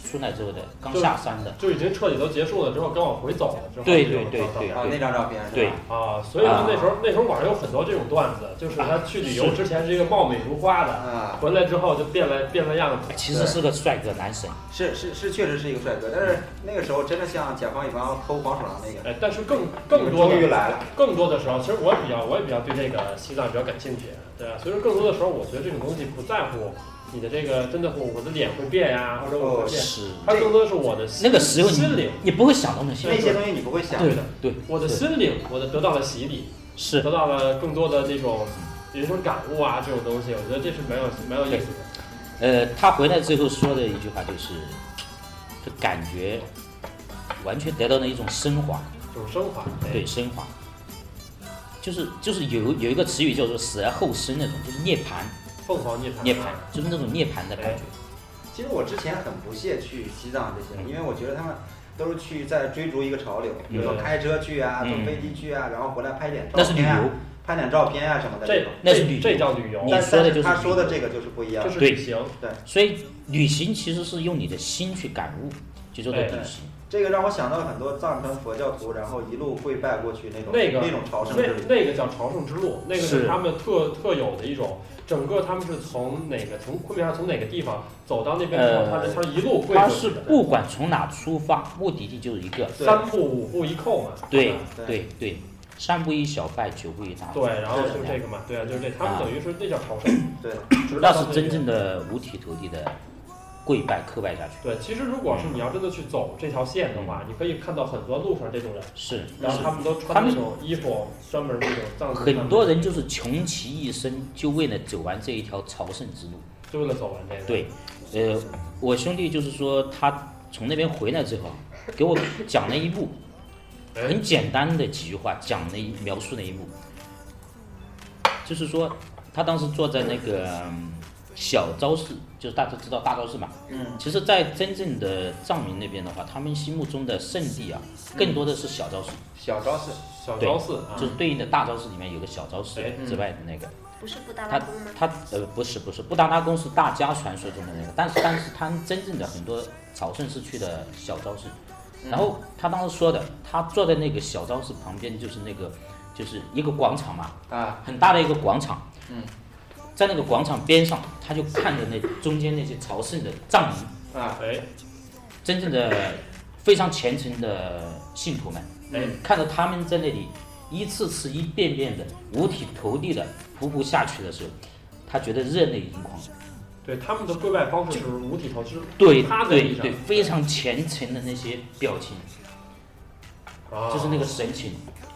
C: 出来之后的，刚下山的，
A: 就已经彻底都结束了之后，刚往回走了之后，
C: 对
A: 这种
C: 对
A: 状态
C: 对
B: 哦，那张照片，
C: 对，
A: 啊，所以说那时候那时候网上有很多这种段子，就是他去旅游之前是一个貌美如花的，
B: 啊，
A: 回来之后就变了变了样子。
C: 其实是个帅哥男神，
B: 是是是，确实是一个帅哥，但是那个时候真的像甲方乙方偷黄鼠狼那个，
A: 哎，但是更更多
B: 终于
A: 的
B: 来了，
A: 更多的时候，其实我也比较我也比较对这个西藏比较感兴趣，对啊吧？所以说更多的时候，我觉得这种东西不在乎你的这个真的我我的脸会变呀，或者我会变，
B: 哦
C: 是
A: 它更多的是我的心
C: 那个时候
A: 心
C: 你
A: 灵，
C: 你不会想到那些
B: 那，些东西你不会想，
C: 对对，
A: 我的
C: 对
A: 心灵，我的得到了洗礼，
C: 是
A: 得到了更多的这种人生感悟啊，这种东西，我觉得这是蛮有蛮有意思的。
C: 呃，他回来之后说的一句话就是，就感觉完全得到了一种升华，
A: 就是升华，哎
C: 对，升华，就是就是有有一个词语叫做死而后生那种，就是涅槃，
A: 凤凰涅槃，啊
C: 涅槃，就是那种涅槃的感觉。
B: 其实我之前很不屑去西藏这些，因为我觉得他们都是去在追逐一个潮流，比如说开车去啊，坐
C: 嗯
B: 飞机去啊，然后回来拍点照
C: 那是旅
B: 片啊
C: 游，，
B: 拍点照片啊什么的
A: 哎这
B: 种。
C: 那是旅游
A: 这叫旅游，
C: 你
B: 但
C: 说的就是
B: 但他说的
C: 旅游
B: 这个就是不一样
A: 这，是旅行，
C: 所以旅行其实是用你的心去感悟，就叫做
A: 哎
C: 旅行。
B: 这个让我想到了很多藏传佛教徒，然后一路跪拜过去那种
A: 那个
B: 种朝圣之旅
A: 那。那个叫朝圣之路，那个
C: 是
A: 是他们特特有的一种，整个他们是从哪个从昆明还是从哪个地方走到那边之后，
C: 呃
A: 他是他是一路跪
C: 它
A: 过
C: 是
A: 去
C: 不管从哪出发，目的地就是一个，
B: 对
A: 三步五步一叩嘛，
C: 对
A: 吧
C: 对对，三步一小拜，九步一大拜。
A: 对，然后就是这个嘛，对啊，就是这，他们
C: 啊
A: 等于是那叫朝圣，
B: 对，
A: 直到到
C: 那是真
A: 边
C: 正的五体投地的跪拜叩拜下去。
A: 对，其实如果是你要真的去走这条线的话，你可以看到很多路上这种人，
C: 是，
A: 然后他们都
C: 他
A: 穿
C: 们
A: 那种衣服，专门那种藏族
C: 很多人就是穷其一生，就为了走完这一条朝圣之路。
A: 就为了走完这个。哎
C: 对，呃，我兄弟就是说他从那边回来之后，给我讲了一幕，很简单的几句话，讲了一描述了一幕，就是说他当时坐在那个嗯小昭寺，就是大家知道大昭寺嘛，
B: 嗯，
C: 其实，在真正的藏民那边的话，他们心目中的圣地啊，更多的是小昭寺，
B: 小昭寺，
A: 小
C: 对
A: 昭寺啊
C: 就，是对应的大昭寺里面有个小昭寺
A: 哎
C: 之外的那个。
D: 不是布达拉
C: 他
D: 宫吗？
C: 他呃不是不是，布达拉宫是大家传说中的那个，但是但是他真正的很多朝圣是去的小昭寺，然后他当时说的，他坐在那个小昭寺旁边就是那个就是一个广场嘛，
B: 啊，
C: 很大的一个广场，嗯，在那个广场边上，他就看着那中间那些朝圣的藏民，
B: 啊，
A: 哎
C: 真正的非常虔诚的信徒们，
A: 哎，
B: 嗯
C: 看着他们在那里一次次、一遍遍的五体投地的匍匐下去的时候，他觉得热泪盈眶。
A: 对，他们的跪拜方式就是五体投地，
C: 对
A: 趴在
C: 对
A: 地上
C: 对，非常虔诚的那些表情，
A: 啊，
C: 就是那个神情。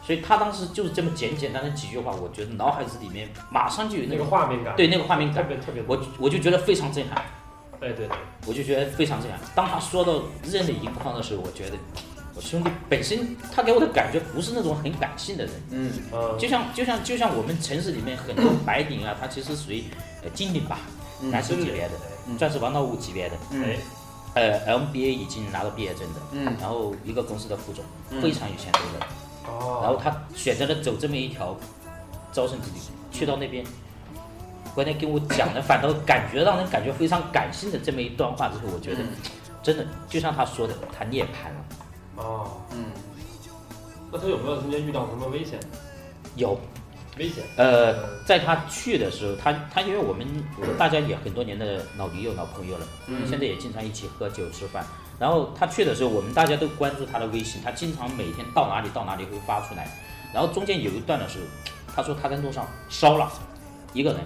C: 所以他当时就是这么简简单单几句话，我觉得脑海子里面马上就有那
A: 那个
C: 个
A: 画面感，
C: 对那个画面
A: 特
C: 感，
A: 别特别，
C: 我我就觉得非常震撼，
A: 哎对对，
C: 我就觉得非常震撼。当他说到热泪盈眶的时候，我觉得我兄弟本身他给我的感觉不是那种很感性的人，
B: 嗯，
A: 嗯，
C: 就像就像就像我们城市里面很多白领啊，他其实属于呃金领吧，
B: 嗯
C: 男生级别的，钻石王老五级别的，
A: 哎
B: 嗯，
C: 呃 MBA 已经拿到毕业证的，
B: 嗯，
C: 然后一个公司的副总，非常有钱的人，然后
A: 哦，
C: 他选择了走这么一条招生之旅，去到那边，回来跟我讲的，反倒感觉让人感觉非常感性的这么一段话之后，我觉得
B: 嗯
C: 真的就像他说的，他涅槃了。
A: 哦，
B: 嗯，
A: 那他有没有中间遇到什么危险？
C: 有，
A: 危险。
C: 呃，在他去的时候，他他因为我们我们大家也很多年的老驴友、老朋友了，现在也经常一起喝酒吃饭。然后他去的时候，我们大家都关注他的微信，他经常每天到哪里到哪里会发出来。然后中间有一段的时候，他说他在路上烧了一个人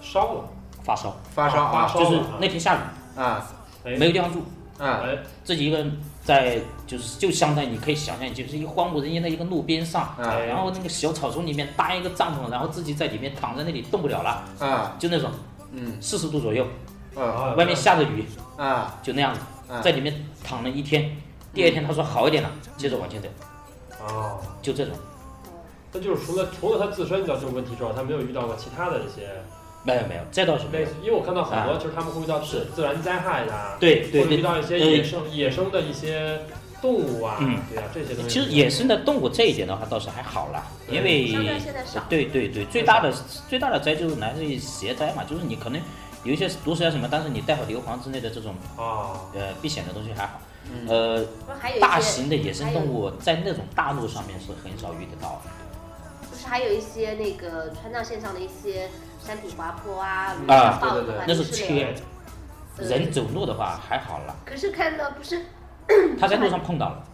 A: 烧了，
C: 发烧，
B: 发烧
A: 发
B: 啊
A: 烧
C: 就是
A: 了
C: 那天下雨
B: 啊
A: 哎，
C: 没有地方住，
B: 啊！
A: 哎，
C: 自己一个人在就是就相当于你可以想象，就是一个荒无人烟的一个路边上，
B: 啊
A: 哎
C: 然后那个小草丛里面搭一个帐篷，然后自己在里面躺在那里动不了了，
B: 啊，
C: 就那种
B: 嗯，
C: 四十度左右，
B: 啊
A: 啊
C: 外面下着雨，
B: 啊
C: 就那样子，
B: 啊，
C: 在里面躺了一天。第
D: 嗯
C: 二天他说好一点了，接着往前走，
A: 哦，
C: 就这种。
D: 哦
A: 那就是除了除了他自身遇到这种问题之外，他没有遇到过其他的一些
C: 没有没有，这倒是没
A: 类
C: 有
A: 似。，因为我看到很多就是他们会遇到自自然灾害呀，
C: 啊对对
A: 或者遇
C: 对，呃
A: 到一些野生野生的一些动物啊，
C: 嗯
A: 对啊，这些东西。
C: 其实野生的动物这一点的话倒是还好啦，
A: 对
C: 因
D: 相对
C: 为
D: 现在少。
C: 对对对，最大的最大的灾就是来自于邪灾嘛，就是你可能有一些毒蛇啊什么，但是你带好硫磺之类的这种
A: 啊，
C: 呃避险的东西还好。呃，
D: 不是嗯还有一些
C: 大型的野生动物在那种大路上面是很少遇得到的。
D: 不是还有一些那个川藏线上的一些山体滑坡啊，
B: 嗯
C: 啊
D: 暴
B: 对对对
C: 那是
D: 之类
C: 缺
D: 的。对
C: 人走路的话还好啦，
D: 可是看到不是
C: 他在路上碰到了。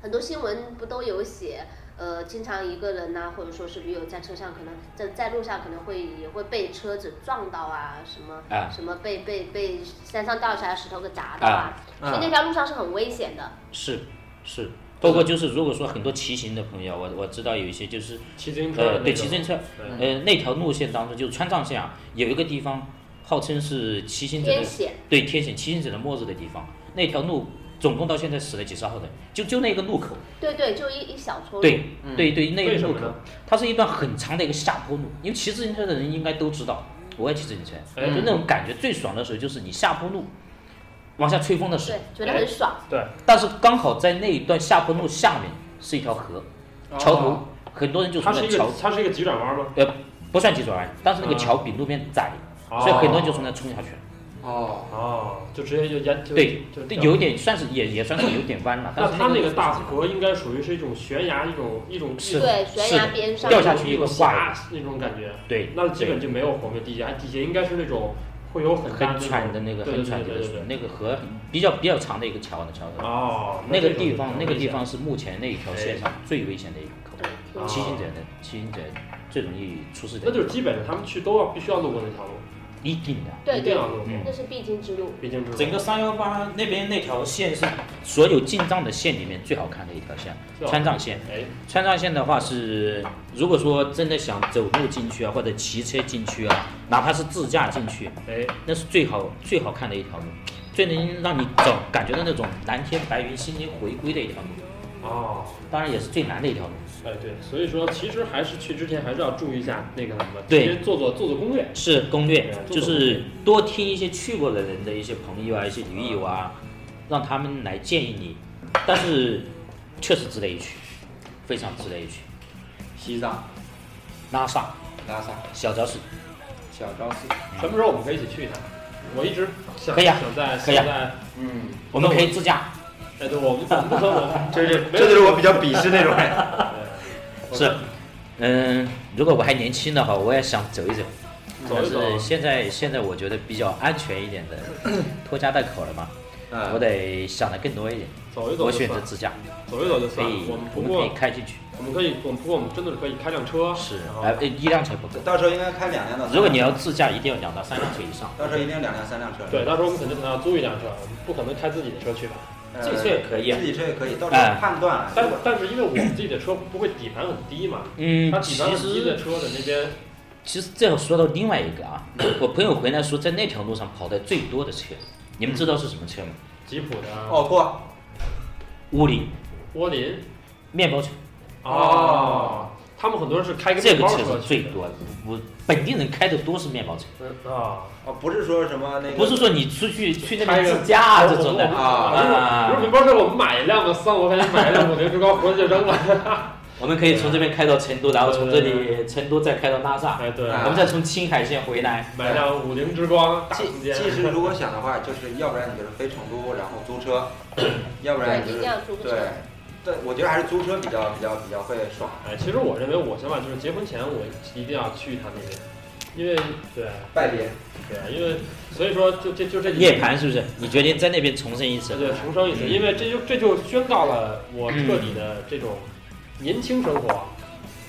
D: 很多新闻不都有写，呃，经常一个人呐、或者说是驴友在车上可能在在路上可能会也会被车子撞到啊，什么、
C: 啊
D: 什么被被被山上掉下来石头给砸到啊，
C: 嗯
B: 啊
D: 所以那条路上是很危险的。
C: 是是，包括就是如果说很多骑行的朋友，我我知道有一些就是
A: 骑自行车的那
C: 呃
A: 种嗯
C: 对骑自行车，
A: 对
C: 呃那条路线当中就是川藏线啊，有一个地方号称是骑行者
D: 天
C: 的
D: 险，
C: 对天险骑行者的末日的地方，那条路总共到现在死了几十号人，就就那个路口，
D: 对对，就一一小撮路。
C: 对对对，那
A: 嗯为
C: 个
A: 什
C: 路
A: 么
C: 口
A: 呢，？
C: 它是一段很长的一个下坡路，因为骑自行车的人应该都知道，我也骑自行车，
A: 哎
C: 就那种感觉最爽的时候就是你下坡路。往下吹风的时候
D: 对，，觉得很爽。
A: 对，
C: 但是刚好在那一段下坡路下面是一条河，桥头，很多人就
A: 哦它是
C: 从那
A: 一个嗯
C: 桥
A: 它是一个急转弯吗？
C: 不算急转弯，但是那个桥比路面窄，所以很多人就从那冲下去了。
B: 哦，
A: 哦，就直接就沿就
C: 对
A: 就
C: 对，有一点算是也也算是有点弯了，但
A: 哦那
C: 是
A: 它那
C: 个
A: 个大河应该属于是一种悬崖，一种一种
C: 是
D: 对，
C: 是
D: 悬崖边上
C: 掉下去
A: 一
C: 一
A: 种
C: 个
A: 峡
C: 挂
A: 那种感觉，
C: 对，
A: 那基本就没有活没有地下，地下应该是那种会有很大
C: 很喘的那个
A: 对
C: 很喘的
A: 对对对对
C: 那个河比较比较长的一个桥的桥头，
A: 哦，
C: 那个
A: 这种
C: 地方
A: 很
C: 那个
A: 危
C: 地
A: 险哎
C: 方是目前那一条线上最危险的一个
D: 对
A: 啊
C: 口，
D: 嗯天
C: 骑
D: 险
C: 行者的骑行者最容易出事的一
A: 那
C: 个口，
A: 就是基本上他们去都要必须要路过那条路，
C: 一定的。
A: 一
D: 对
A: 定
D: 对
A: 要，路过，
C: 嗯
D: 那是必经之路。
A: 毕竟是
C: 整个三幺八那边那条线是所有进藏的线里面最好看的一条线，
A: 最好
C: 川藏线。
A: 哎
C: 川藏线的话是，如果说真的想走路进去啊，或者骑车进去啊，哪怕是自驾进去，
A: 哎
C: 那是最好最好看的一条路，最能让你找感觉到那种蓝天白云、心灵回归的一条路，
A: 哦
C: 当然也是最难的一条路。
A: 哎对，所以说其实还是去之前还是要注意一下那个什么，
C: 对
A: 提前做做做做攻略，
C: 是呃攻略，
A: 对
C: 就是多听一些去过的人的一些朋友啊、一些驴友啊，让他们来建议你。但是确实值得一去，非常值得一去。
B: 西藏、
C: 拉萨
B: 拉萨、
C: 小昭寺，
B: 小昭寺，
A: 什么时候我们可以一起去一趟？我一直想
C: 可以啊
A: 想在
C: 可以啊
A: 想在
B: 嗯，
C: 我们可以自驾，
A: 哎对，我们我们不可
C: [LAUGHS]
A: 能，
B: 这是
A: 没有
B: 这就是我比较鄙视那种人，
C: 是。嗯，如果我还年轻的话，我也想走嗯一走。
A: 走一走
C: 但是现在现在我觉得比较安全一 [COUGHS] 点的，拖家带口了嘛，我
B: 嗯，
C: 得想啊的更多一点。
A: 走一走
C: 我
A: 就
C: 选
A: 算
C: 择
A: 了，
C: 自驾，
A: 走一走就
C: 可
A: 算了。
C: 以
A: 我们，不
C: 我们可
A: 过
C: 以开进去。
A: 我们可以，我们不过我们真的是可以开辆车，
C: 是
A: 然，后
C: 哎，一辆车不够。
B: [LAUGHS] 到时候应该开两辆的，
C: 如果你要自驾，一定要两到三辆车以上。
B: 到时候一定两辆三辆车，
A: 对，到时候我们肯定可能要租一辆车，我们不可能开自己的车去吧。
B: 呃，
C: 这车也可以啊
B: 自己车也可以，到时候判断啊，
A: 但但是因为我们自己的车不会底盘很低嘛，
C: 嗯
A: 它，底
C: 其
A: 盘很低的
C: 实
A: 车的那边，
C: 其实这要说到另外一个啊，我朋友回来说，在那条路上跑的最多的车，你们知道是什么车吗？
A: 吉普的
C: 哎
B: 哦不，
C: 乌林
A: 涡林
C: 面包车，
B: 哦，
A: 他们很多人是开个
C: 这
A: 面
C: 个
A: 包
C: 车
A: 车
C: 是最
A: 去的，
C: 多的。我本地人开的多是面包车，
A: 嗯啊，
B: 哦不是说什么那个，
C: 不是说你出去去那
A: 开
C: 边
A: 个
C: 自驾啊这种
A: 我
C: 的
A: 们。
C: 啊
A: 我们如果如果面包车我们买一辆吧，三五块钱买一辆五菱之光，回去就扔了。
C: 我们可以从这边开到成都，然后从这里成都再开到拉萨，
A: [LAUGHS] 哎，对，
C: 我们再从青海线回来。
A: 买辆五菱之光
C: [LAUGHS]
A: 大
B: 即
A: 空
B: 即
A: 间，
B: 使如果
C: [LAUGHS]
B: 想的话，就是要不然你就是飞成都，然后租车，要不然
D: 对，
B: 你就
D: 一定
B: 是
D: 要租个车
B: 对。对，我觉得还是租车比较比较比较会爽。
A: 哎，其实我认为我想法就是结婚前我一定要去他那边，因为对
B: 拜别，
A: 对，因为所以说就这就这几
C: 涅槃是不是？你决定在那边重生一
A: 对
C: 次？
A: 对重生一次，因为这就这就宣告了我彻底的这种年轻生活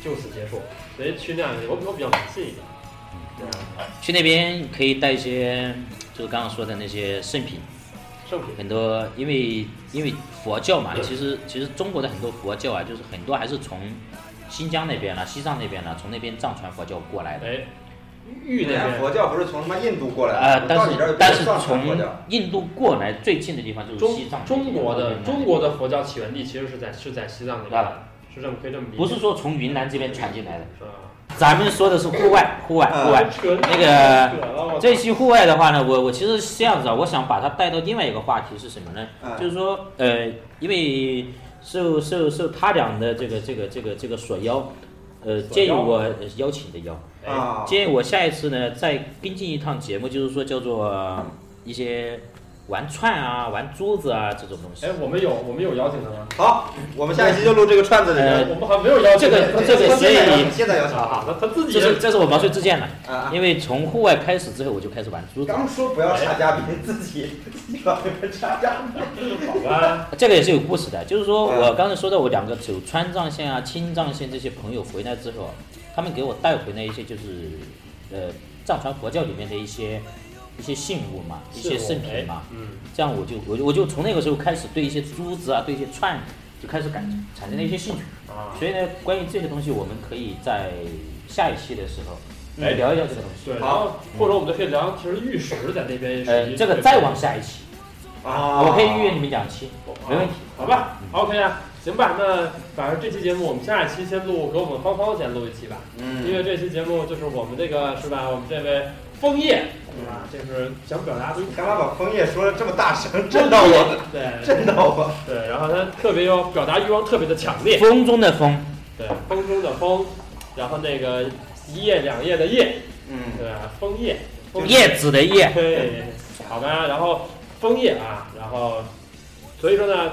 A: 就此结束，所以去那样我比我比较迷信一点。对，啊
C: 去那边可以带一些，就是刚刚说的那些圣品，
A: 圣品
C: 很多，因为因为佛教嘛，其实其实中国的很多佛教啊，就是很多还是从新疆那边啦、西藏那边啦，从那边藏传佛教过来的。
A: 哎，玉那
B: 人家
A: 边
B: 佛教不是从他妈印度过来的，
C: 呃，但
B: 到你这
C: 是
B: 儿
C: 但
B: 变
C: 是
B: 藏传佛
C: 从
B: 教。
C: 印度过来最近的地方就是西藏
A: 中中国的中
C: 国
A: 国的佛教起源地其实是在是在西藏那边，是这么可以这么理解。
C: 不是说从云南这边传进来的，
A: 啊，
C: 咱们说的是户外，户外，户外。
A: 扯
C: 那个
A: 扯了我
C: 哦这期户外的话呢，我我其实是这样子啊，我想把它带到另外一个话题是什么呢？
B: 嗯
C: 就是说，呃，因为受受受他俩的这个这个这个这个所邀，呃，
A: 所邀
C: 建议我呃邀请的邀，
A: 哎
B: 啊，
C: 建议我下一次呢再跟进一趟节目，就是说叫做呃一些玩串啊、玩珠子啊这种东西
A: 哎。，我们有我们有邀请的吗？
B: 好，我们下一期就录这个串子里
C: 呃
B: 面。
A: 我们好像没有邀请
C: 这个这个
B: 现在
C: 所
B: 邀
C: 以
B: 请，现在邀请
A: 啊，那他自己
C: 这是这是我毛遂自荐的，
B: 啊啊！
C: 因为从户外开始之后，我就开始玩珠子，
B: 刚说不要插嘉宾，自己你往里面插嘉
C: [LAUGHS]
B: 宾。
A: 好吧？
C: 这个也是有故事的。就是说
B: 嗯
C: 我刚才说到我两个走川藏线啊、青藏线这些朋友回来之后，他们给我带回来一些就是呃藏传佛教里面的一些一些信物嘛，一些圣品嘛。
A: 嗯，
C: 这样我就我就我就从那个时候开始对一些珠子啊，对一些串就开始感产生了一些兴趣。
A: 啊，
C: 所以呢，关于这些东西，我们可以在下一期的时候
A: 哎
C: 来聊一聊这个东西。
A: 对，然后或者我们就可以聊，其实玉石在那边也是
C: 呃，
A: 一
C: 这个再往下一期，
B: 啊
C: 我可以预约你们两期，没问题。
A: 好吧，OK 啊，行吧，那反正这期节目我们下一期先录，给我们芳芳先录一期吧，因为
B: 嗯，
A: 这期节目就是我们这个是吧，我们这位枫叶啊，这是想表达的一
B: 干嘛把枫叶说的这么大
C: [LAUGHS]
B: 声，震
A: 真
B: 到我，，
A: 对
B: 震到我。
A: 对，然后他特别有表达欲望特别的强烈，
C: 风中的风，
A: 对，风中的风，然后那个一叶两叶的叶，
B: 嗯，
A: 对吧？枫叶，枫
C: 叶子的叶，
A: 对，好吧，然后枫叶啊，然后所以说呢，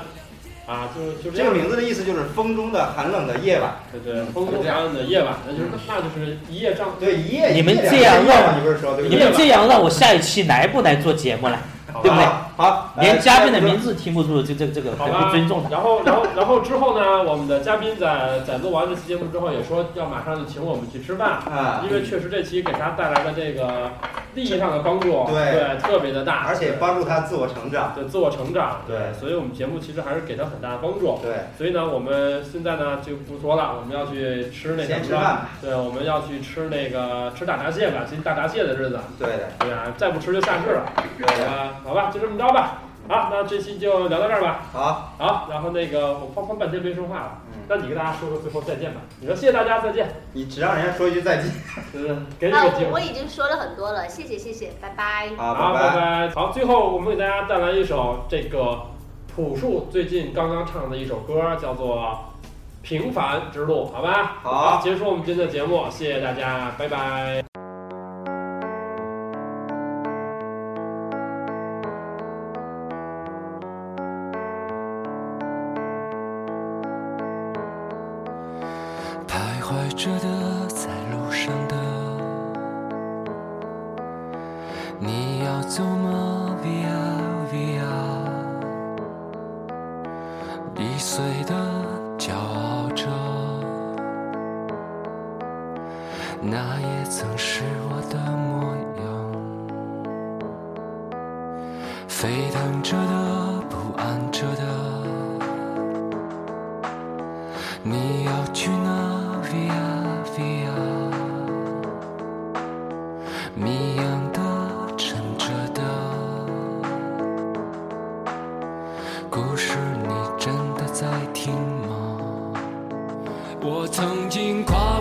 A: 啊，就就这
B: 这个
A: 样，
B: 名字的意思就是风中的寒冷的夜晚。
A: 对对，风中两岸的夜晚，那就是那就是一夜障，
B: 对，一夜。
C: 你们
B: 一夜
C: 这
B: 两
C: 样
B: 个夜
C: 让
B: 晚你不是说对不
C: 你
B: 对？
C: 们这样让我下一期来不来做节目了？
A: 好
C: 对不对
A: 吧，
B: 好啊好，呃
C: 连嘉宾的名
B: 字。
C: 字听不住，这这这个
A: 好
C: 很
A: 吧
C: 不尊重的。
A: 然后然后然后之后呢，我们的嘉宾在在录完这期节目之后，也说要马上就请我们去吃饭。
B: 啊，
A: 因为确实这期给他带来的这个利益上的帮助，
B: 对
A: 对，特别的大，
B: 而且帮助他自我成长。
A: 对自我成长，
B: 对
A: 所以我们节目其实还是给他很大的帮助。
B: 对，
A: 所以呢，我们现在呢就不说了，我们要去吃那什
B: 先
A: 么
B: 吃饭
A: 了，
B: 吧。
A: 对，我们要去吃那个吃大闸蟹吧，今天大闸蟹的日子，
B: 对的，
A: 对啊，再不吃就下市了，
B: 对
A: 好
B: 的。
A: 吧，好吧，就这么着吧。好，那这期就聊到这儿吧。
B: 好，
A: 好，然后那个我哐哐半天没说话了，
B: 嗯，
A: 那你跟大家说说最后再见吧。你说谢谢大家再见，
B: 你只让人家说一句再见
A: 嗯，给你
D: 啊
A: 个机，会
D: 我我。已经说了很多了，谢谢谢谢，拜拜。
B: 啊，
A: 好，
B: 拜
A: 拜。拜。好，最后我们给大家带来一首这个朴树最近刚刚唱的一首歌，叫做《平凡之路》，好吧？
B: 好
A: 结束我们今天的节目，谢谢大家，拜拜。
E: 徘徊着的，在路上的，你要走吗？Via Via，易碎的，骄傲着，那也曾是我的模样，沸腾着的，不安着的。你要去哪？Via Via，谜样的，沉着的，故事你真的在听吗？我曾经跨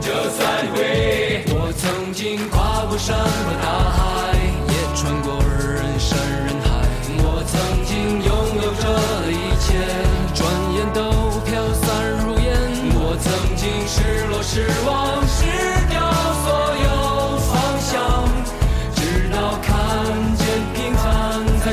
E: 就算会。我曾经跨过山和大海，也穿过人山人海。我曾经拥有着。的一切，转眼都飘散如烟。我曾经失落、失望、失掉所有方向，直到看见平凡才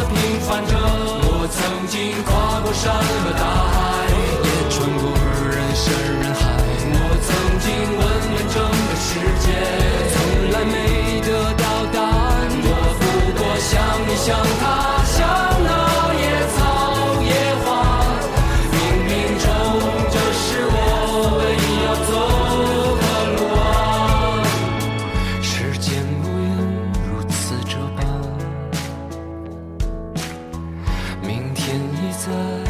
E: 的平凡着。我曾经跨过山和大海，也穿过人山人海。我曾经问遍整个世界，从来没得到答案。我不过像你，像他，像那野草野花。冥冥中，这是我唯一要走的路啊！时间无言，如此这般，明天已在